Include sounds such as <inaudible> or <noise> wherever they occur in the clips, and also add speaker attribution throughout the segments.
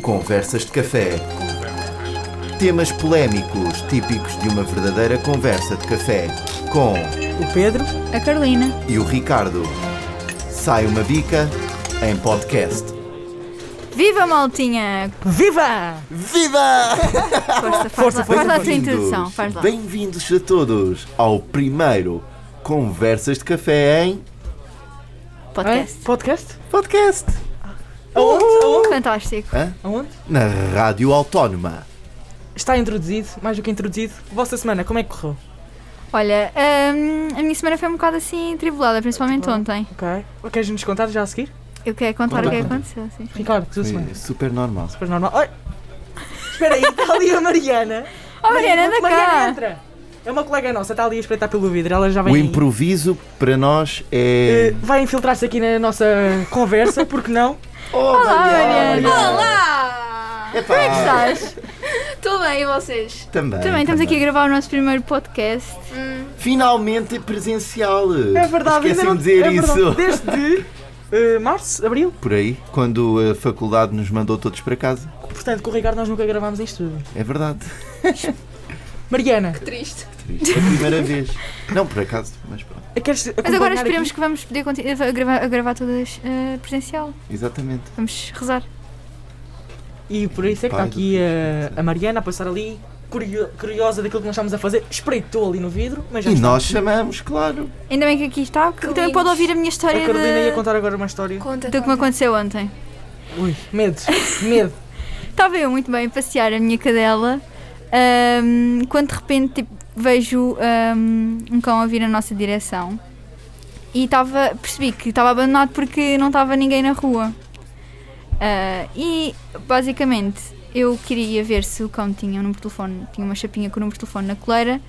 Speaker 1: Conversas de café. Temas polémicos típicos de uma verdadeira conversa de café. Com
Speaker 2: O Pedro
Speaker 3: A Carolina.
Speaker 1: e o Ricardo. Sai uma bica em podcast.
Speaker 3: Viva Maltinha!
Speaker 2: Viva!
Speaker 1: Viva!
Speaker 3: Força, faz
Speaker 2: Força,
Speaker 3: lá,
Speaker 2: força,
Speaker 3: faz lá a tua introdução. Faz lá.
Speaker 1: Bem-vindos a todos ao primeiro Conversas de Café em
Speaker 3: Podcast.
Speaker 2: Hã? É? Podcast?
Speaker 1: Podcast.
Speaker 2: Aonde? Aonde?
Speaker 3: Fantástico.
Speaker 2: Aonde?
Speaker 1: Na Rádio Autónoma.
Speaker 2: Está introduzido, mais do que introduzido. Vossa semana, como é que correu?
Speaker 3: Olha, hum, a minha semana foi um bocado assim tribulada, principalmente ontem.
Speaker 2: Ok. Queres é nos contar já a seguir?
Speaker 3: Eu quero contar
Speaker 2: Conta,
Speaker 3: o que é que
Speaker 2: conta.
Speaker 3: aconteceu. Sim.
Speaker 2: Ricardo, que sua semana?
Speaker 1: Foi É super normal.
Speaker 2: Depois normal. Oi! Espera aí, está ali a Mariana.
Speaker 3: Oh, <laughs> Mariana, anda
Speaker 2: Mariana,
Speaker 3: cá!
Speaker 2: entra! É uma colega nossa, está ali a espreitar pelo vidro, ela já vem.
Speaker 1: O
Speaker 2: aí.
Speaker 1: improviso para nós
Speaker 2: Eh,
Speaker 1: é.
Speaker 2: vai infiltrar-se aqui na nossa conversa, porque não?
Speaker 3: Olá, Mariana!
Speaker 4: Olá!
Speaker 3: Como é que estás?
Speaker 4: Estou bem, e vocês?
Speaker 1: Também.
Speaker 3: Também estamos aqui a gravar o nosso primeiro podcast.
Speaker 1: Finalmente presencial.
Speaker 2: É verdade,
Speaker 1: Esqueci
Speaker 2: ainda não-
Speaker 1: de dizer
Speaker 2: é verdade.
Speaker 1: isso.
Speaker 2: Desde eh, março, abril.
Speaker 1: Por aí, quando a faculdade nos mandou todos para casa.
Speaker 2: Portanto, com o Ricardo nós nunca gravámos em estúdio.
Speaker 1: É verdade.
Speaker 2: Mariana,
Speaker 4: Triste.
Speaker 1: Triste. É a primeira vez. Não, por acaso, mas pronto.
Speaker 2: queres.
Speaker 3: Mas
Speaker 2: acompanhar
Speaker 3: agora esperemos
Speaker 2: aqui?
Speaker 3: que vamos poder continuar a gravar, a gravar todas eh, presencial.
Speaker 1: Exatamente.
Speaker 3: Vamos rezar.
Speaker 2: E por isso é que está
Speaker 1: Pai do
Speaker 2: aqui a, a Mariana a passar ali, curio- curiosa daquilo que nós estamos a fazer, espreitou ali no vidro, mas já
Speaker 1: E
Speaker 2: está.
Speaker 1: nós chamamos, claro.
Speaker 3: Ainda bem que aqui está, porque também
Speaker 4: lindo.
Speaker 3: pode ouvir a minha
Speaker 2: A
Speaker 3: história
Speaker 2: Carolina ia
Speaker 3: de...
Speaker 2: contar agora uma história.
Speaker 4: Conta.
Speaker 3: do que me aconteceu ontem.
Speaker 2: Ui,
Speaker 3: <laughs>
Speaker 2: medo, medo.
Speaker 3: Estava eu muito bem a passear a minha cadela ahm, quando de repente tipo, vejo ahm, um cão a vir na nossa direção e estava, percebi que estava abandonado porque não estava ninguém na rua. Ah, e basicamente eu queria ver se o cão tinha um número de telefone, tinha uma chapinha com o número de telefone na coleira,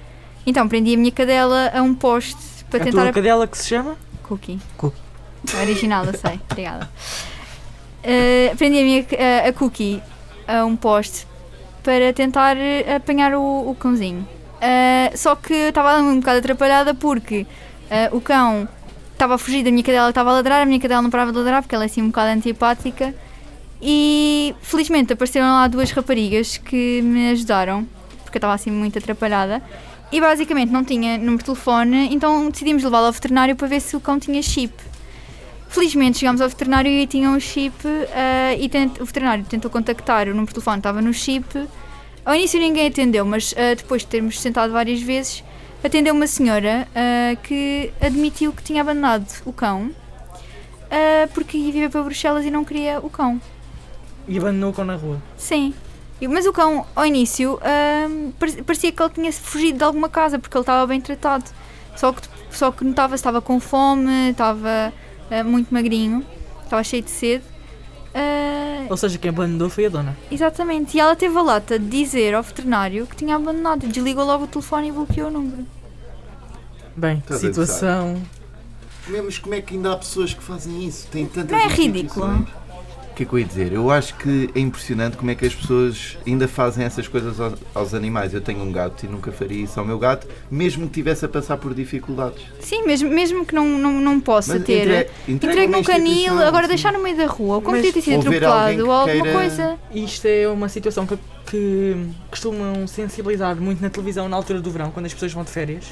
Speaker 3: então prendi a minha cadela a um poste para
Speaker 2: a
Speaker 3: tentar
Speaker 2: tua cadela que se chama?
Speaker 3: Cookie.
Speaker 2: Cookie.
Speaker 3: Original, eu sei. Obrigada. Uh, prendi a, minha, a- a Cookie a um poste para tentar eh, apanhar o, o cãozinho. Uh, só que eu estava um bocado atrapalhada porque eh, o cão estava a fugir da minha cadela, estava a ladrar, a minha cadela não parava de ladrar porque ela é assim um bocado antipática. E felizmente apareceram lá duas raparigas que me ajudaram porque eu estava assim muito atrapalhada. E basicamente não tinha número de telefone, então decidimos levá-lo ao veterinário para ver se o cão tinha chip. Felizmente chegámos ao veterinário e tinha um chip eh, e tent- o veterinário tentou contactar, o número de telefone estava no chip. Ao início ninguém atendeu, mas eh, depois de termos tentado várias vezes, atendeu uma senhora eh, que admitiu que tinha abandonado o cão eh, porque ia viver para Bruxelas e não queria o cão.
Speaker 2: E abandonou o cão na rua.
Speaker 3: Sim. E- Mas o cão, ao início, ahm, pare- parecia que ele tinha fugido de alguma casa porque ele estava bem tratado. Só que, só que notava se estava com fome, estava ah, muito magrinho, estava cheio de sede. Ah,
Speaker 2: Ou seja, quem abandonou foi a dona.
Speaker 3: exatamente. E ela teve a lata de dizer ao veterinário que tinha abandonado. Desligou logo o telefone e bloqueou o número.
Speaker 2: Bem,
Speaker 1: Estás a gozar.
Speaker 2: situação.
Speaker 1: Mas como é que ainda há pessoas que fazem isso? Tem tantas
Speaker 3: Não é ridículo?
Speaker 1: instituições. O que é que eu ia dizer? Eu acho que é impressionante como é que as pessoas ainda fazem essas coisas ao- aos animais. Eu tenho um gato e nunca faria isso ao meu gato, mesmo que estivesse a passar por dificuldades.
Speaker 3: Sim, mesmo, mesmo que não, não, não possa
Speaker 1: Mas
Speaker 3: ter. eh,
Speaker 1: entre- entregue
Speaker 3: Entregue
Speaker 1: uma
Speaker 3: num canil,
Speaker 1: instituição,
Speaker 3: agora
Speaker 1: sim.
Speaker 3: deixar no meio da rua, como
Speaker 2: Mas-
Speaker 3: podia ter sido
Speaker 1: Ou ver alguém que
Speaker 3: atropelado ou alguma
Speaker 1: queira-
Speaker 3: coisa.
Speaker 2: Isto é uma situação que, que costumam sensibilizar muito na televisão na altura do verão, quando as pessoas vão de férias.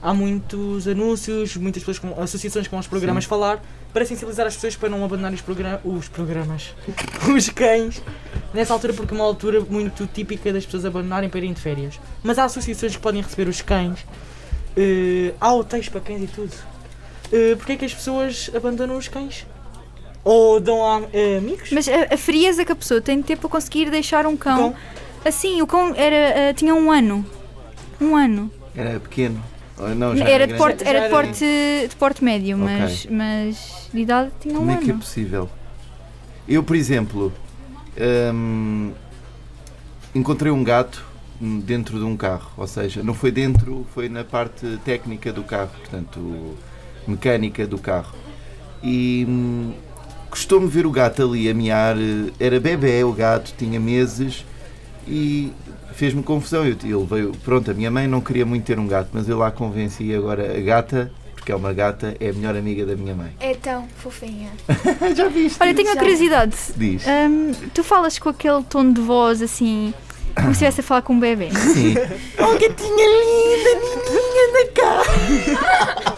Speaker 2: Há muitos anúncios, muitas pessoas com, associações que vão aos programas falar para sensibilizar as pessoas para não abandonarem os, progra- os programas, <laughs> os cães, nessa altura, porque é uma altura muito típica das pessoas abandonarem para irem de férias. Mas há associações que podem receber os cães, eh, há hotéis para cães e tudo. Eh, Porquê é que as pessoas abandonam os cães? Ou dão a eh, amigos?
Speaker 3: Mas a, a frieza que a pessoa tem de ter para conseguir deixar um cão.
Speaker 2: Cão.
Speaker 3: Assim, o cão era, ah, tinha um ano. Um ano.
Speaker 1: Era pequeno. Ou Não, Então já
Speaker 3: Era de
Speaker 1: grande.
Speaker 3: porte, era de
Speaker 2: Já era
Speaker 3: porte, de porte médio,
Speaker 1: Ok.
Speaker 3: mas, mas de idade tinha um
Speaker 1: Como é que é
Speaker 3: ano.
Speaker 1: possível? Eu, por exemplo, hum, encontrei um gato hum, dentro de um carro, ou seja, não foi dentro, foi na parte técnica do carro, portanto, mecânica do carro. E hum, costumo ver o gato ali a miar, eh, era bebê o gato, tinha meses e fez-me confusão. Eu, ele veio, pronto, a minha mãe não queria muito ter um gato, mas eu lá convenci agora a gata, porque que é uma gata, é a melhor amiga da minha mãe.
Speaker 4: É tão fofinha.
Speaker 1: <laughs> Já viste?
Speaker 3: Olha, tenho uma
Speaker 4: Já.
Speaker 3: curiosidade.
Speaker 1: Diz.
Speaker 3: Hum, tu falas com aquele tom de voz assim, como se estivesse a falar com um bebê.
Speaker 1: Sim.
Speaker 2: Oh, gatinha linda, nininha da cá!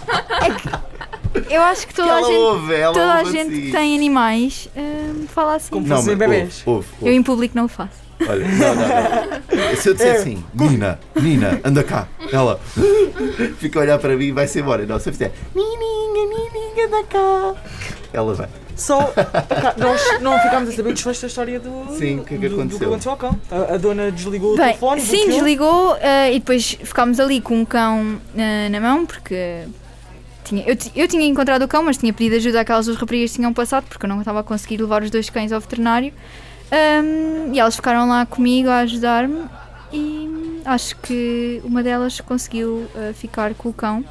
Speaker 3: Eu acho que toda a
Speaker 1: ela
Speaker 3: gente,
Speaker 1: ouve, ela
Speaker 3: toda a
Speaker 1: ouve
Speaker 3: gente que
Speaker 1: assim.
Speaker 3: tem animais hum, fala assim.
Speaker 2: Como-
Speaker 1: Não,
Speaker 2: Fazem
Speaker 1: mas
Speaker 2: bebés.
Speaker 1: Ouve, ouve,
Speaker 3: Eu em público não o faço.
Speaker 1: ouve. Olha, não, não, não. Se eu disser assim, Nina, Nina, anda cá, ela <laughs> fica a olhar para mim e vai-se embora. Não, se eu fizer Nininha, Nininha, anda cá, ela vai.
Speaker 2: Só, cá, nós não ficámos a saber dos feitos da história do,
Speaker 1: Sim, o que é que
Speaker 2: do- do
Speaker 1: aconteceu?
Speaker 2: ao cão. A, a dona desligou o
Speaker 3: Bem,
Speaker 2: telefone,
Speaker 3: sim,
Speaker 2: bloqueou.
Speaker 3: desligou eh, e depois ficámos ali com o cão eh, na mão porque tinha, eu, ti- eu tinha encontrado o cão, mas tinha pedido ajuda àquelas duas raparigas que tinham passado porque eu não estava a conseguir levar os dois cães ao veterinário Ahm, e elas ficaram lá comigo a ajudar-me e acho que uma delas conseguiu eh, ficar com o cão.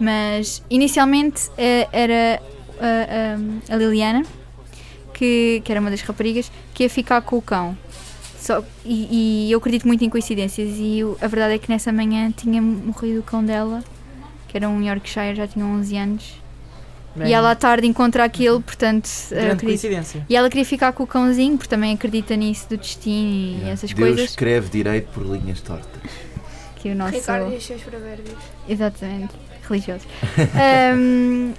Speaker 3: Mas inicialmente eh, era eh, ahm, a Liliana, que, que era uma das raparigas, que ia ficar com o cão. Só- e, e eu acredito muito em coincidências e o- a verdade é que nessa manhã tinha morrido o cão dela, que era um Yorkshire, já tinha 11 anos.
Speaker 2: Bem,
Speaker 3: E ela à tarde encontra aquilo, portanto,
Speaker 2: Grande
Speaker 3: acredito.
Speaker 2: coincidência.
Speaker 3: E ela queria ficar com o cãozinho, porque também acredita nisso do destino e essas
Speaker 1: Deus
Speaker 3: coisas.
Speaker 1: escreve direito por linhas tortas.
Speaker 3: Que o nosso...
Speaker 4: Ricardo e os seus provérbios.
Speaker 3: Exatamente, religiosos. Ahm,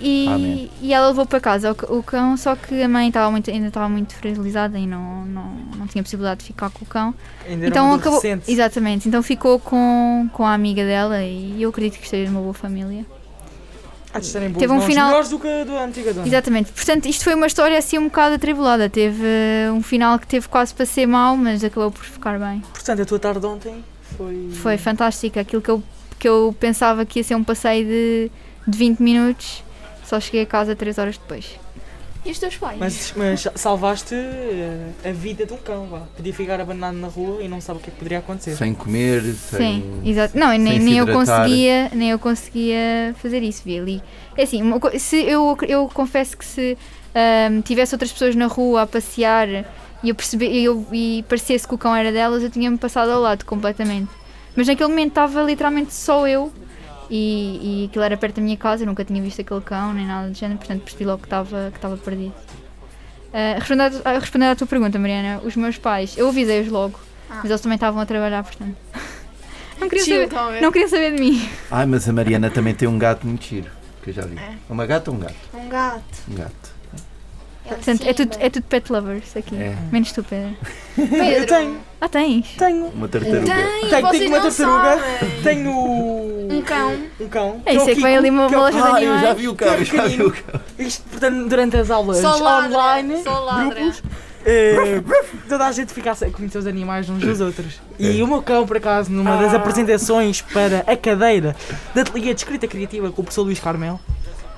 Speaker 3: e,
Speaker 1: Amém.
Speaker 3: e ela levou para casa o, c- o cão, só que a mãe estava muito, ainda estava muito fragilizada e não, não, não tinha possibilidade de ficar com o cão.
Speaker 2: Ainda era
Speaker 3: Então
Speaker 2: uma dor
Speaker 3: acabou.
Speaker 2: recente.
Speaker 3: Exatamente, então ficou com, com a amiga dela e eu acredito que esteja numa boa família.
Speaker 2: Ah, de estarem boas
Speaker 3: Teve um
Speaker 2: mãos,
Speaker 3: final-
Speaker 2: melhores do que a do- a antiga dona.
Speaker 3: Exatamente, portanto, isto foi uma história assim um bocado atribulada. Teve eh, um final que teve quase para ser mau, mas acabou por ficar bem.
Speaker 2: Portanto, a tua tarde ontem foi...
Speaker 3: Foi fantástico. Aquilo que eu, que eu pensava que ia ser um passeio de, de 20 minutos, só cheguei a casa 3 horas depois.
Speaker 4: E os teus pais?
Speaker 2: Mas, mas salvaste eh, a vida de um cão, vá. Podia ficar abandonado na rua e não sabe o que é que poderia acontecer.
Speaker 1: Sem comer, sem.
Speaker 3: Sim, exato. Não, e nem,
Speaker 1: sem se
Speaker 3: nem eu
Speaker 1: hidratar.
Speaker 3: conseguia, nem eu conseguia fazer isso, vi ali. É assim, uma co- se eu, eu confesso que se ahm, tivesse outras pessoas na rua a passear e eu percebe, e eu e parecesse que o cão era delas, eu tinha-me passado ao lado completamente. Mas naquele momento estava literalmente só eu e, e aquilo era perto da minha casa, eu nunca tinha visto aquele cão nem nada do género, portanto percebi logo que estava que estava perdido. Ah, respondendo a- a responder à tua pergunta, Mariana, os meus pais, eu avisei-os logo,
Speaker 4: Ah.
Speaker 3: mas eles também estavam a trabalhar, portanto. <laughs> Não queria
Speaker 4: Chill,
Speaker 3: saber,
Speaker 4: estão a ver?
Speaker 3: não é? queria saber de mim.
Speaker 1: Ai, Ah, mas a Mariana também tem um gato muito giro, que eu já vi.
Speaker 4: É.
Speaker 1: Uma gata ou um gato?
Speaker 4: Um gato.
Speaker 1: Um gato.
Speaker 4: um
Speaker 3: Portanto, é tudo,
Speaker 4: Simba.
Speaker 3: é tudo pet lovers aqui.
Speaker 1: É.
Speaker 3: Menos tu, Pedro.
Speaker 4: Pedro.
Speaker 2: Eu tenho,
Speaker 3: Ah, tens?
Speaker 2: tenho.
Speaker 1: Uma tartaruga.
Speaker 3: Então,
Speaker 4: Tem,
Speaker 2: Tenho-
Speaker 4: vocês
Speaker 2: tenho uma
Speaker 4: não
Speaker 2: tartaruga.
Speaker 4: sabem.
Speaker 2: Tenho
Speaker 4: Um
Speaker 2: um,
Speaker 4: cão.
Speaker 2: cão.
Speaker 3: Hum. É isso, é que vem ali uma
Speaker 2: que é o
Speaker 3: loja de
Speaker 1: Ah, eu
Speaker 3: animais.
Speaker 1: já vi o cão, eu já vi o cão.
Speaker 2: Isto, portanto, durante as aulas
Speaker 4: Só ladra,
Speaker 2: online,
Speaker 4: só né? ladra.
Speaker 2: grupos, eh, toda a gente fica a conhecer os animais uns dos outros.
Speaker 1: É.
Speaker 2: E o meu cão, por acaso, numa
Speaker 4: Ah.
Speaker 2: das apresentações para a cadeira da ateliê de escrita criativa com o professor Luís Carmel,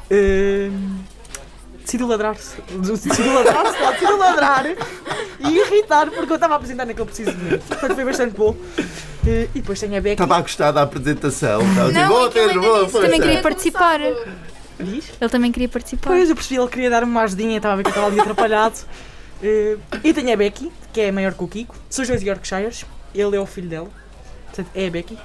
Speaker 2: eh, decidiu ladrar-se. Decidiu ladrar-se, não, decidiu ladrar e irritar porque eu estava a apresentar naquele preciso momento. Portanto, foi bastante bom. Eh, e depois tenho a Becky.
Speaker 1: Estava a gostar da apresentação. Estava a dizer,
Speaker 4: Não,
Speaker 1: boa,
Speaker 4: é que eu
Speaker 1: Pedro,
Speaker 4: ainda
Speaker 1: boa,
Speaker 4: disse,
Speaker 1: força."
Speaker 3: Também queria
Speaker 4: Como
Speaker 3: participar.
Speaker 4: sabe?
Speaker 2: Diz?
Speaker 3: Ele também queria participar.
Speaker 2: Pois, é. eu percebi, ele queria dar-me uma ajudinha, estava a ver que eu estava ali
Speaker 3: <laughs>
Speaker 2: atrapalhado. Eh, eu tenho a Becky, que é maior que o Kiko, são os dois Yorkshires, ele é o filho dela, portanto é a Becky.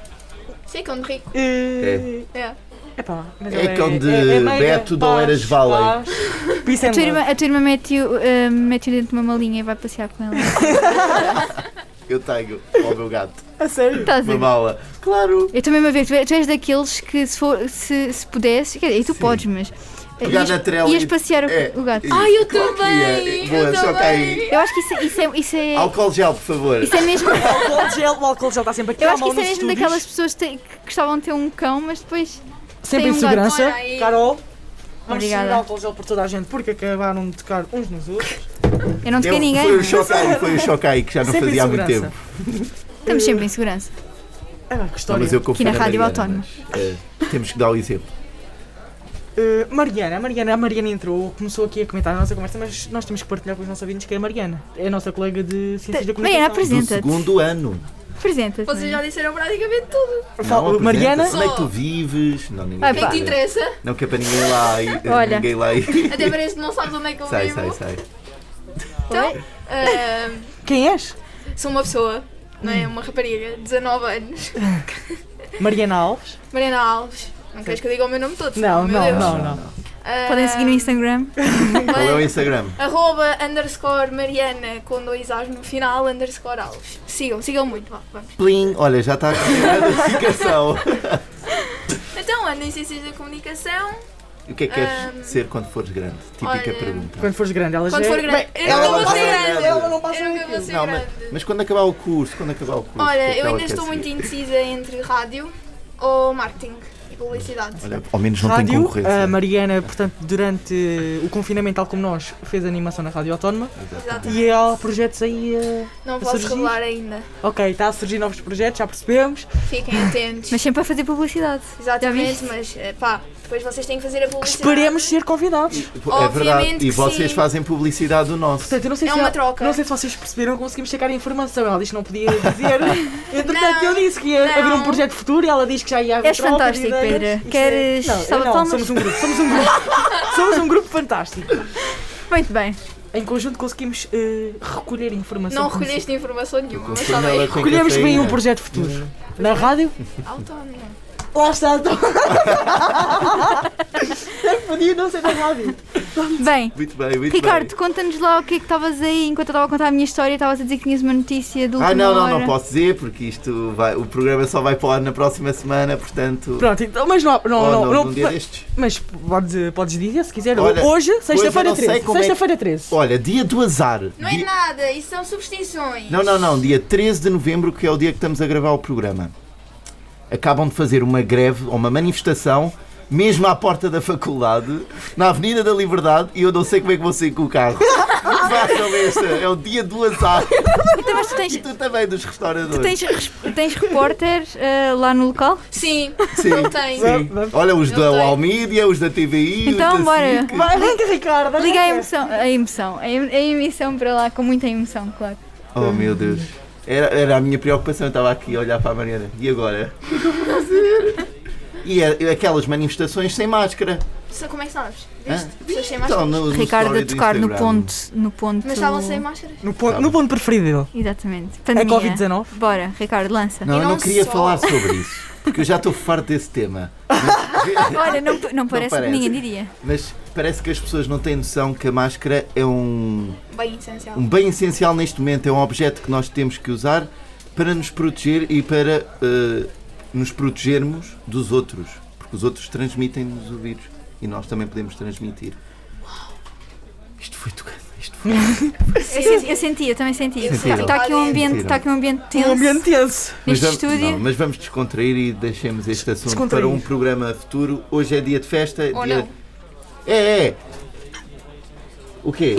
Speaker 4: Sim, cão de é um rico.
Speaker 2: Eh,
Speaker 4: É.
Speaker 2: epá, mas
Speaker 1: É
Speaker 2: ela
Speaker 1: cão de
Speaker 2: meiga,
Speaker 1: Beto de
Speaker 2: paz,
Speaker 1: Oeiras Valley.
Speaker 3: <laughs>
Speaker 2: paz, peace and
Speaker 3: A tua
Speaker 2: love.
Speaker 3: irmã, a tua irmã mete-o ah, mete-o dentro de uma malinha e vai passear com ela.
Speaker 1: Eu tenho ao meu gato
Speaker 2: A sério?
Speaker 3: <laughs> Estás a
Speaker 1: uma
Speaker 3: ver?
Speaker 1: mala. Claro.
Speaker 3: Eu também me ver, tu é- tu és daqueles que se, for, se, se pudesse, quer dizer, e tu
Speaker 1: Sim.
Speaker 3: podes, mas.
Speaker 1: Pegar
Speaker 3: ias-
Speaker 1: na trela
Speaker 3: Ias
Speaker 1: e-
Speaker 3: passear o,
Speaker 1: é,
Speaker 3: o gato.
Speaker 1: e-
Speaker 4: Ai, eu
Speaker 1: Claro que
Speaker 4: também.
Speaker 1: é.
Speaker 4: Eu
Speaker 1: Boa, só cá aí.
Speaker 4: também.
Speaker 3: Eu acho que isso, é- isso é. Isso é,
Speaker 1: Álcool gel, por favor.
Speaker 3: isso é
Speaker 1: <laughs>
Speaker 3: mesmo.
Speaker 2: O álcool gel, o álcool gel está sempre aqui,
Speaker 1: Tá
Speaker 3: Eu
Speaker 2: à
Speaker 3: acho que
Speaker 2: mão
Speaker 3: isso é
Speaker 2: nos estúdios.
Speaker 3: mesmo daquelas pessoas que têm- que gostavam de ter um cão, mas depois.
Speaker 2: Sempre
Speaker 3: Tem
Speaker 2: em
Speaker 3: um
Speaker 2: segurança.
Speaker 4: gato. Olha aí.
Speaker 2: Carol, vamos
Speaker 3: Obrigada.
Speaker 2: distribuir álcool gel por toda a gente porque acabaram de tocar uns nos outros.
Speaker 3: Eu não toquei
Speaker 1: Eu-
Speaker 3: ninguém.
Speaker 1: Foi o
Speaker 3: mas
Speaker 1: choque aí, foi o choque aí que já não
Speaker 2: Sempre em
Speaker 1: fazia há muito
Speaker 2: segurança.
Speaker 1: tempo.
Speaker 3: Estamos sempre em segurança.
Speaker 2: Ah, que
Speaker 1: Não,
Speaker 2: história.
Speaker 1: mas eu confio
Speaker 3: na
Speaker 1: na
Speaker 3: Rádio
Speaker 1: Mariana, mas, eh, Temos que dar o exemplo.
Speaker 2: Uh, Mariana, a Mariana, a Mariana entrou, começou aqui a comentar a nossa conversa, mas nós temos que partilhar com os nossos ouvintes que é a Mariana. É a nossa colega de Ciências da
Speaker 3: Mariana,
Speaker 2: Comunicação.
Speaker 1: Do
Speaker 3: Apresenta-te.
Speaker 1: segundo ano.
Speaker 3: Apresenta-te.
Speaker 4: Vocês já
Speaker 3: Mariana.
Speaker 4: disseram praticamente tudo.
Speaker 2: Fala-
Speaker 1: apresenta-se.
Speaker 2: Mariana?
Speaker 1: Onde é que tu vives? Não, ninguém
Speaker 3: Ah,
Speaker 4: O que é
Speaker 1: quer
Speaker 3: pá.
Speaker 4: que te
Speaker 1: saber.
Speaker 4: interessa?
Speaker 1: Não quer para ninguém lá e eh,
Speaker 3: Olha.
Speaker 1: ninguém lá e.
Speaker 4: Até parece que não sabes onde é que eu
Speaker 1: Sai,
Speaker 4: vivo.
Speaker 1: sai, sai.
Speaker 4: Então, ahm,
Speaker 2: Quem és?
Speaker 4: sou uma pessoa, não é? Uma rapariga, 19 anos.
Speaker 2: Mariana Alves.
Speaker 4: Mariana Alves. Não queres que eu diga o meu nome todo?
Speaker 2: Não,
Speaker 4: meu
Speaker 2: não,
Speaker 4: Deus.
Speaker 2: não, não.
Speaker 4: Ah,
Speaker 3: Podem seguir no Instagram.
Speaker 1: Qual é o Instagram?
Speaker 4: Arroba underscore Mariana com dois A's no final, underscore Alves. Sigam, sigam muito. Vá, vamos.
Speaker 1: Plim! Olha, já está a receber
Speaker 2: <laughs>
Speaker 1: a notificação.
Speaker 4: Então, andem em ciências da comunicação.
Speaker 1: O que é que queres
Speaker 2: Um,
Speaker 4: Ahm,
Speaker 1: ser quando fores grande? Típica
Speaker 4: olha,
Speaker 1: pergunta.
Speaker 2: Quando fores grande, elas
Speaker 4: Quando
Speaker 2: é-
Speaker 4: for grande.
Speaker 2: Bem,
Speaker 4: Eu
Speaker 1: ela
Speaker 4: nunca vou
Speaker 1: vai
Speaker 4: ser
Speaker 1: ser
Speaker 4: grande.
Speaker 1: grande.
Speaker 2: não passa
Speaker 4: Eu nunca vou
Speaker 2: naquilo.
Speaker 4: ser
Speaker 1: Não, mas,
Speaker 4: grande.
Speaker 1: mas quando acabar o curso, quando acabar o curso. o que é
Speaker 4: Olha,
Speaker 1: que
Speaker 4: eu
Speaker 1: ela
Speaker 4: ainda
Speaker 1: quer
Speaker 4: estou
Speaker 1: ser?
Speaker 4: muito indecisa entre rádio ou marketing e publicidade.
Speaker 1: Olha, ao menos não tem
Speaker 2: Rádio, Ah,
Speaker 1: concorrência.
Speaker 2: a Mariana, portanto, durante eh, o confinamento, tal como nós, fez animação na Rádio Autónoma
Speaker 4: Exato.
Speaker 2: e há projetos aí. eh,
Speaker 4: Não
Speaker 2: a
Speaker 4: posso
Speaker 2: surgir?
Speaker 4: revelar ainda.
Speaker 2: Ok, está a surgir novos projetos, já percebemos.
Speaker 4: Fiquem atentos.
Speaker 3: Mas sempre a fazer publicidade.
Speaker 4: Exatamente, mas eh, pá, depois vocês têm que fazer a publicidade.
Speaker 2: Esperemos ser convidados.
Speaker 1: É verdade.
Speaker 4: Obviamente
Speaker 1: E
Speaker 4: que
Speaker 1: vocês
Speaker 4: sim.
Speaker 1: fazem publicidade do nosso.
Speaker 2: Portanto, eu não sei
Speaker 4: É
Speaker 2: se
Speaker 4: uma
Speaker 2: há-
Speaker 4: troca.
Speaker 2: Não sei se vocês perceberam, conseguimos checar a informação. Ela disse que não podia
Speaker 4: <laughs>
Speaker 2: dizer. Entretanto, eu
Speaker 4: Não,
Speaker 2: disse que ia
Speaker 4: não.
Speaker 2: haver um projeto futuro e ela disse que já ia haver
Speaker 3: És
Speaker 2: troca de
Speaker 3: fantástico,
Speaker 2: ideias.
Speaker 3: Pedro.
Speaker 2: Isto é-
Speaker 3: Queres
Speaker 2: Não, eu
Speaker 3: salva de
Speaker 2: não,
Speaker 3: palmas?
Speaker 2: somos um grupo, <laughs> somos um grupo. somos um grupo fantástico.
Speaker 3: Muito bem.
Speaker 2: Em conjunto conseguimos eh, recolher informação.
Speaker 4: Não
Speaker 2: que nos-
Speaker 4: recolheste informação nenhuma, mas
Speaker 1: Conforme
Speaker 4: está
Speaker 1: ela
Speaker 4: bem.
Speaker 1: tem
Speaker 2: Recolhemos bem
Speaker 1: cafeína.
Speaker 2: um projeto futuro. Na rádio?
Speaker 4: Autónoma.
Speaker 2: Lá está, então. Eu <laughs> podia não ser na rádio.
Speaker 3: Bem,
Speaker 1: Muito bem, muito
Speaker 3: Ricardo,
Speaker 1: bem.
Speaker 3: conta-nos lá o que é que estavas aí enquanto eu estava a contar a minha história. Estavas a dizer que tinhas uma notícia do
Speaker 1: Ah, não, não, não posso dizer, porque isto vai, o programa só vai para o ar na próxima semana, portanto.
Speaker 2: Pronto, então, mas não, não,
Speaker 1: ou
Speaker 2: não,
Speaker 1: no-
Speaker 2: não-
Speaker 1: num dia destes.
Speaker 2: Mas podes, podes dizer se quiser.
Speaker 1: Olha,
Speaker 2: hoje, sexta-feira
Speaker 1: não sei
Speaker 2: 13.
Speaker 1: como é que-
Speaker 2: Sexta-feira 13.
Speaker 1: Olha, dia do azar.
Speaker 4: Não é
Speaker 1: Dia-
Speaker 4: nada, isso são substituições.
Speaker 1: Não, não, não. Dia 13 de novembro, que é o dia que estamos a gravar o programa. Acabam de fazer uma greve ou uma manifestação, mesmo à porta da faculdade, na Avenida da Liberdade, e eu não sei como é que vou sair com o
Speaker 3: <laughs>
Speaker 1: carro. Não Façam esta. É o dia do azar.
Speaker 3: Então, mas tu
Speaker 1: E
Speaker 3: tens,
Speaker 1: tu também, dos restauradores.
Speaker 3: tu tens, res- tens repórteres ah, lá no local?
Speaker 4: Sim,
Speaker 1: Sim,
Speaker 4: não tem.
Speaker 1: sim.
Speaker 2: Vamos-
Speaker 1: Olha, os
Speaker 4: Eu
Speaker 1: da
Speaker 4: tenho.
Speaker 1: Almídia, os da TVI,
Speaker 3: Então,
Speaker 1: os da
Speaker 3: bora.
Speaker 1: SIC.
Speaker 2: Vai, arranca, Ricardo. arranca.
Speaker 3: Liga a emoção, a emoção, a em- a emissão para lá, com muita emoção, claro.
Speaker 1: Oh meu Deus. Era, era a minha preocupação, eu estava aqui a olhar para a Mariana. E
Speaker 3: <laughs>
Speaker 1: agora? O que é que eu vou fazer? E é- aquelas manifestações sem máscara.
Speaker 4: Só- Como é que sabes?
Speaker 1: Hã?
Speaker 4: Viste? Pessoas sem
Speaker 1: Então,
Speaker 4: máscaras.
Speaker 1: no- no
Speaker 3: Ricardo
Speaker 1: story
Speaker 3: a
Speaker 1: do
Speaker 3: tocar no
Speaker 1: Instagram.
Speaker 3: ponto, no ponto.
Speaker 4: Mas estavam sem máscaras.
Speaker 2: No ponto, no ponto preferido dele.
Speaker 3: Exatamente.
Speaker 2: É
Speaker 3: Pandemia.
Speaker 2: Covid-19.
Speaker 3: Bora, Ricardo, lança.
Speaker 1: Não,
Speaker 4: E
Speaker 1: eu não
Speaker 4: não
Speaker 1: queria
Speaker 4: só.
Speaker 1: falar sobre
Speaker 4: <laughs>
Speaker 1: isso, porque eu já estou farto desse tema.
Speaker 3: <laughs> Olha, não, não parece que
Speaker 1: parece.
Speaker 3: ninguém diria.
Speaker 1: Mas parece que as pessoas não têm noção que a máscara é um,
Speaker 4: Bem essencial.
Speaker 1: um bem essencial neste momento, é um objeto que nós temos que usar para nos proteger e para eh, nos protegermos dos outros, porque os outros transmitem-nos o vírus e nós também podemos transmitir. Isto foi tocando, isto foi.
Speaker 3: Eu, senti, eu senti, eu também senti.
Speaker 1: Sentiram.
Speaker 3: Está aqui, um ambiente-
Speaker 1: Sentiram.
Speaker 3: tá aqui um ambiente tenso
Speaker 2: Um ambiente tenso.
Speaker 1: Mas
Speaker 3: neste
Speaker 1: vamos,
Speaker 3: estúdio.
Speaker 1: não, mas vamos descontrair e deixemos este assunto
Speaker 2: Descontrair.
Speaker 1: para um programa futuro. Hoje é dia de festa.
Speaker 4: Ou
Speaker 1: dia-
Speaker 4: não.
Speaker 1: É, é. O quê?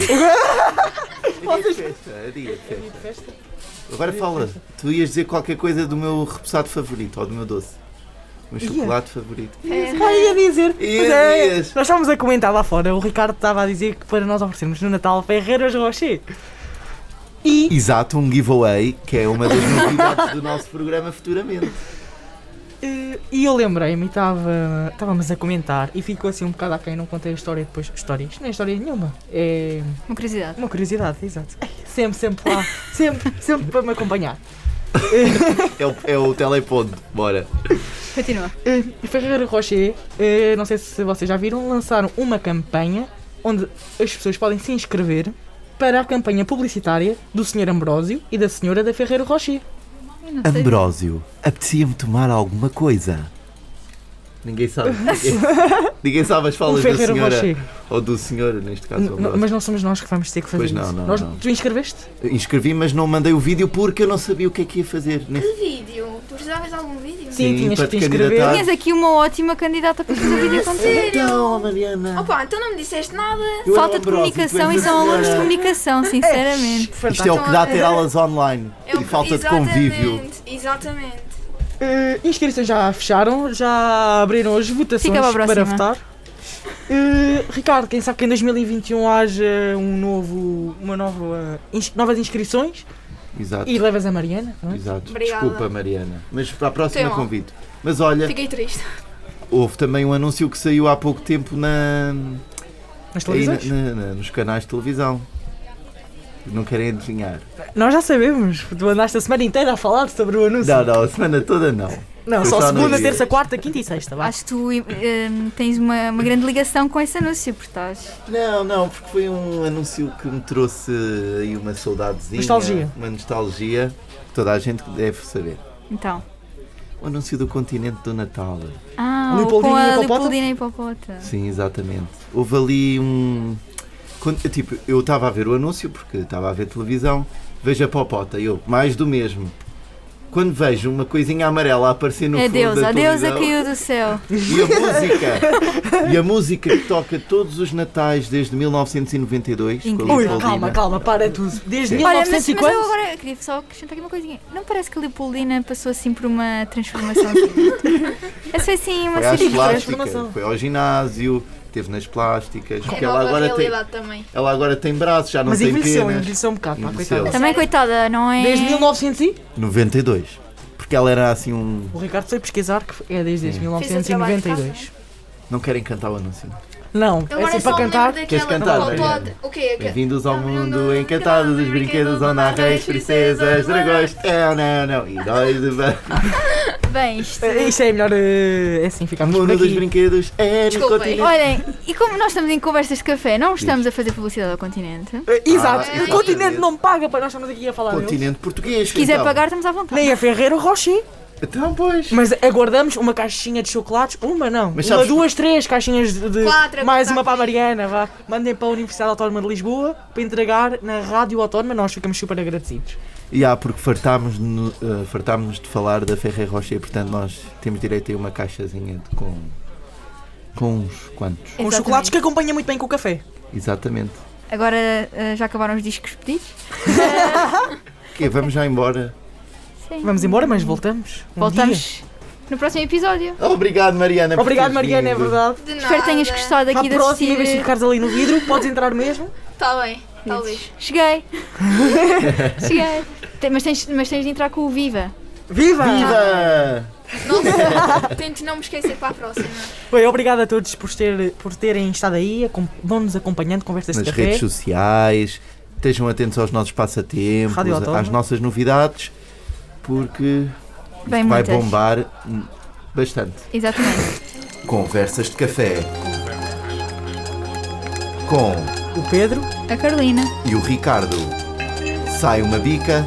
Speaker 1: é dia de festa. É dia de festa. Agora fala. Tu ias dizer qualquer coisa do meu repousado favorito ou do meu doce. O meu
Speaker 2: Ia.
Speaker 1: chocolate favorito.
Speaker 2: Ah, ia dizer.
Speaker 1: Ia,
Speaker 2: Pois é,
Speaker 1: ia.
Speaker 2: nós estávamos a comentar lá fora. O Ricardo estava a dizer que para nós oferecermos no Natal Ferreiras Rocher. E
Speaker 1: Exato, um giveaway que é uma das novidades do nosso programa futuramente.
Speaker 2: Eh, E eu lembrei-me, e estava- estávamos a comentar e ficou assim um bocado aquém, não contei a história depois. História, isto não é história nenhuma, é
Speaker 3: Uma curiosidade.
Speaker 2: uma curiosidade, exato. Ai, Sempre, sempre lá, <laughs> sempre, sempre para me acompanhar.
Speaker 1: É o, é o teleponto. Bora.
Speaker 3: Continua.
Speaker 2: Eh, Ferreira Rocher, eh, não sei se vocês já viram, lançaram uma campanha onde as pessoas podem se inscrever para a campanha publicitária do Sr. Ambrósio e da Senhora da Ferreira Rocher.
Speaker 3: Eu não sei.
Speaker 1: Ambrósio, apetecia-me tomar alguma coisa. Ninguém sabe. Ninguém, ninguém sabe as
Speaker 2: O
Speaker 1: falas da
Speaker 2: Ferreira
Speaker 1: senhora.
Speaker 2: Um Rocher.
Speaker 1: Ou do senhor, neste caso.
Speaker 2: N-
Speaker 1: Ambrósio.
Speaker 2: Mas não somos nós que vamos ter que fazer
Speaker 1: Pois não,
Speaker 2: isso.
Speaker 1: não,
Speaker 2: nós,
Speaker 1: não.
Speaker 2: Tu inscreveste?
Speaker 1: Inscrevi, mas não mandei o vídeo porque eu não sabia o que é que ia fazer.
Speaker 4: Que vídeo? Tu precisavas de algum vídeo?
Speaker 2: Sim, tinhas
Speaker 1: para
Speaker 2: que te
Speaker 1: te
Speaker 2: inscrever.
Speaker 1: candidatar.
Speaker 3: Tinhas aqui uma ótima candidata para fazer vídeo contigo.
Speaker 1: Então, Mariana.
Speaker 4: Opa, então não me disseste nada.
Speaker 1: eu era
Speaker 3: <laughs> Falta de
Speaker 1: Ambrósio, tu és
Speaker 3: comunicação e
Speaker 1: a
Speaker 3: são alunos de
Speaker 1: senhora.
Speaker 3: comunicação,
Speaker 1: É.
Speaker 3: sinceramente.
Speaker 1: Isto é o que dá a ter aulas online.
Speaker 4: Eu-
Speaker 1: E falta de convívio.
Speaker 4: Exatamente, Exatamente.
Speaker 2: Eh, inscrições já fecharam, já abriram as votações
Speaker 3: Fica para a próxima.
Speaker 2: para votar. Eh, Ricardo, quem sabe que em 2021 haja um novo, uma nova, ins- novas inscrições
Speaker 1: Exato.
Speaker 2: e levas a Mariana. não é?
Speaker 1: Exato.
Speaker 4: Obrigada.
Speaker 1: Desculpa, Mariana. Mas para a próxima
Speaker 4: Tem lá.
Speaker 1: convido. Mas olha,
Speaker 4: Fiquei triste.
Speaker 1: houve também um anúncio que saiu há pouco tempo na,
Speaker 2: Nas
Speaker 1: Aí na-
Speaker 2: televisões.
Speaker 1: na- na- nos canais de televisão. Não querem adivinhar.
Speaker 2: Nós já sabemos, tu andaste a semana inteira a falar sobre o anúncio.
Speaker 1: Não, não, a semana toda não.
Speaker 2: Não,
Speaker 1: Foi
Speaker 2: só
Speaker 1: só no
Speaker 2: segunda,
Speaker 1: dia.
Speaker 2: terça, quarta, quinta e sexta, vá.
Speaker 3: Acho que tu hum, tens uma, uma grande ligação com esse anúncio, porque estás.
Speaker 1: Não, não, porque foi um anúncio que me trouxe aí uma saudadezinha.
Speaker 2: Nostalgia.
Speaker 1: Uma nostalgia que toda a gente deve saber.
Speaker 3: Então.
Speaker 1: O anúncio do continente do Natal.
Speaker 3: Ah, o
Speaker 2: Leopoldina
Speaker 3: com
Speaker 2: e
Speaker 3: a
Speaker 2: Hipopótamo?
Speaker 3: Leopoldina e Hipopótamo.
Speaker 1: Sim, exatamente. Houve ali um. quando- eu, Tipo, eu estava a ver o anúncio, porque estava a ver televisão, vejo a popota, eu, mais do mesmo. Quando vejo uma coisinha amarela a aparecer
Speaker 2: é
Speaker 1: no
Speaker 3: Adeus,
Speaker 1: fundo da
Speaker 3: adeus a
Speaker 1: televisão,
Speaker 3: é caiu do céu.
Speaker 1: E a música, e a música que toca todos os natais desde 1992. com a
Speaker 3: Incrível.
Speaker 2: Ui,
Speaker 1: Leopoldina.
Speaker 2: calma, calma, para tudo. Desde
Speaker 3: Olha, mas, mas
Speaker 2: 1950.
Speaker 3: eu agora queria só acrescentar aqui uma coisinha. Não parece que a Leopoldina passou assim por uma
Speaker 2: <laughs>
Speaker 3: transformação? assim? Essa foi assim uma
Speaker 2: é
Speaker 1: Foi às
Speaker 3: cirurgia.
Speaker 1: plásticas,
Speaker 2: transformação.
Speaker 1: foi ao ginásio, teve nas plásticas,
Speaker 4: É
Speaker 1: porque ela
Speaker 4: nova
Speaker 1: agora tem,
Speaker 4: realidade também. Então
Speaker 1: ela agora tem braços, já não
Speaker 2: Mas
Speaker 1: tem
Speaker 2: envelheceu,
Speaker 1: penas.
Speaker 2: envelheceu um bocado, pá,
Speaker 1: Envelheceu.
Speaker 2: coitado.
Speaker 3: Também, coitada, não é?
Speaker 2: Desde 1900 e...
Speaker 1: 92. Porque ela era assim um.
Speaker 2: O Ricardo foi pesquisar que é desde
Speaker 4: Fiz
Speaker 2: 1992.
Speaker 1: Não querem cantar o anúncio.
Speaker 2: Não, é
Speaker 4: Agora
Speaker 2: assim
Speaker 4: só
Speaker 2: para
Speaker 4: me
Speaker 2: cantar.
Speaker 4: lembro daquela
Speaker 1: Queres cantar,
Speaker 4: Pop
Speaker 1: Mariana?
Speaker 4: Pod- O quê? Que-
Speaker 1: Bem-vindos ao mundo encantado dos brinquedos onde há reis, princesas,
Speaker 4: é?
Speaker 1: dragões. Não, não, não. Heróis de
Speaker 2: Ah,
Speaker 1: ba-
Speaker 3: Bem, isto.
Speaker 2: Eh, Isto é melhor. eh, É assim,
Speaker 1: O
Speaker 2: ficamos por
Speaker 1: mundo dos
Speaker 2: aqui.
Speaker 1: brinquedos é no
Speaker 4: Desculpem.
Speaker 1: continente.
Speaker 3: Olhem, e como nós estamos em conversas de café, não estamos a fazer publicidade ao continente. Se
Speaker 2: Eh, Exato,
Speaker 3: é.
Speaker 1: Ah,
Speaker 2: o continente
Speaker 1: exatamente.
Speaker 2: não paga para nós estamos aqui a falar. deles.
Speaker 1: Continente português.
Speaker 3: quiser
Speaker 1: então.
Speaker 3: pagar, estamos à vontade.
Speaker 2: Nem a Ferreiro Rocher.
Speaker 1: Então, pois.
Speaker 2: Mas aguardamos uma caixinha de chocolates, uma não,
Speaker 1: Mas
Speaker 2: uma,
Speaker 1: sabes-
Speaker 2: duas, três caixinhas de. de-
Speaker 4: Quatro,
Speaker 2: mais
Speaker 4: tá
Speaker 2: uma para a
Speaker 4: aqui.
Speaker 2: Mariana, vá. Mandem para a Universidade Autónoma de Lisboa para entregar na Rádio Autónoma, nós ficamos super agradecidos.
Speaker 1: E há, porque fartámos, no- eh, fartámos de falar da Ferreira Rocha e, portanto, nós temos direito a uma caixazinha de- com, com uns quantos.
Speaker 2: Com chocolates que acompanha muito bem com o café.
Speaker 1: Exatamente.
Speaker 3: Agora eh, já acabaram os discos pedidos?
Speaker 1: Ok, vamos já embora.
Speaker 3: Sim.
Speaker 2: Vamos embora, mas voltamos. Um dia.
Speaker 3: Voltamos no próximo episódio.
Speaker 1: Obrigado, Mariana. por
Speaker 2: Obrigado,
Speaker 1: teres
Speaker 2: Mariana, é
Speaker 1: vindo.
Speaker 2: verdade.
Speaker 4: De
Speaker 3: Espero que tenhas
Speaker 4: nada.
Speaker 3: gostado
Speaker 2: À
Speaker 3: aqui da
Speaker 2: próxima vez que
Speaker 3: assistir.
Speaker 2: ficares ali no vidro, podes entrar mesmo.
Speaker 4: Tá bem, talvez.
Speaker 3: Cheguei. <laughs> Cheguei. Tem- Mas tens, mas tens de entrar com o Viva.
Speaker 2: Viva!
Speaker 1: Viva! <laughs>
Speaker 4: Não, tento não me esquecer para a próxima.
Speaker 2: Bem, obrigado a todos por, ter, por terem estado aí, acom- vão-nos acompanhando, conversas
Speaker 1: Nas
Speaker 2: de café.
Speaker 1: redes sociais, estejam atentos aos nossos passatempos,
Speaker 2: Rádio Autónoma.
Speaker 1: às nossas novidades, porque
Speaker 3: Bem,
Speaker 1: vai
Speaker 3: muitas.
Speaker 1: bombar hum, bastante.
Speaker 3: Exatamente.
Speaker 1: Conversas de café. Com
Speaker 2: O Pedro.
Speaker 3: A Carolina.
Speaker 1: e o Ricardo. Sai uma bica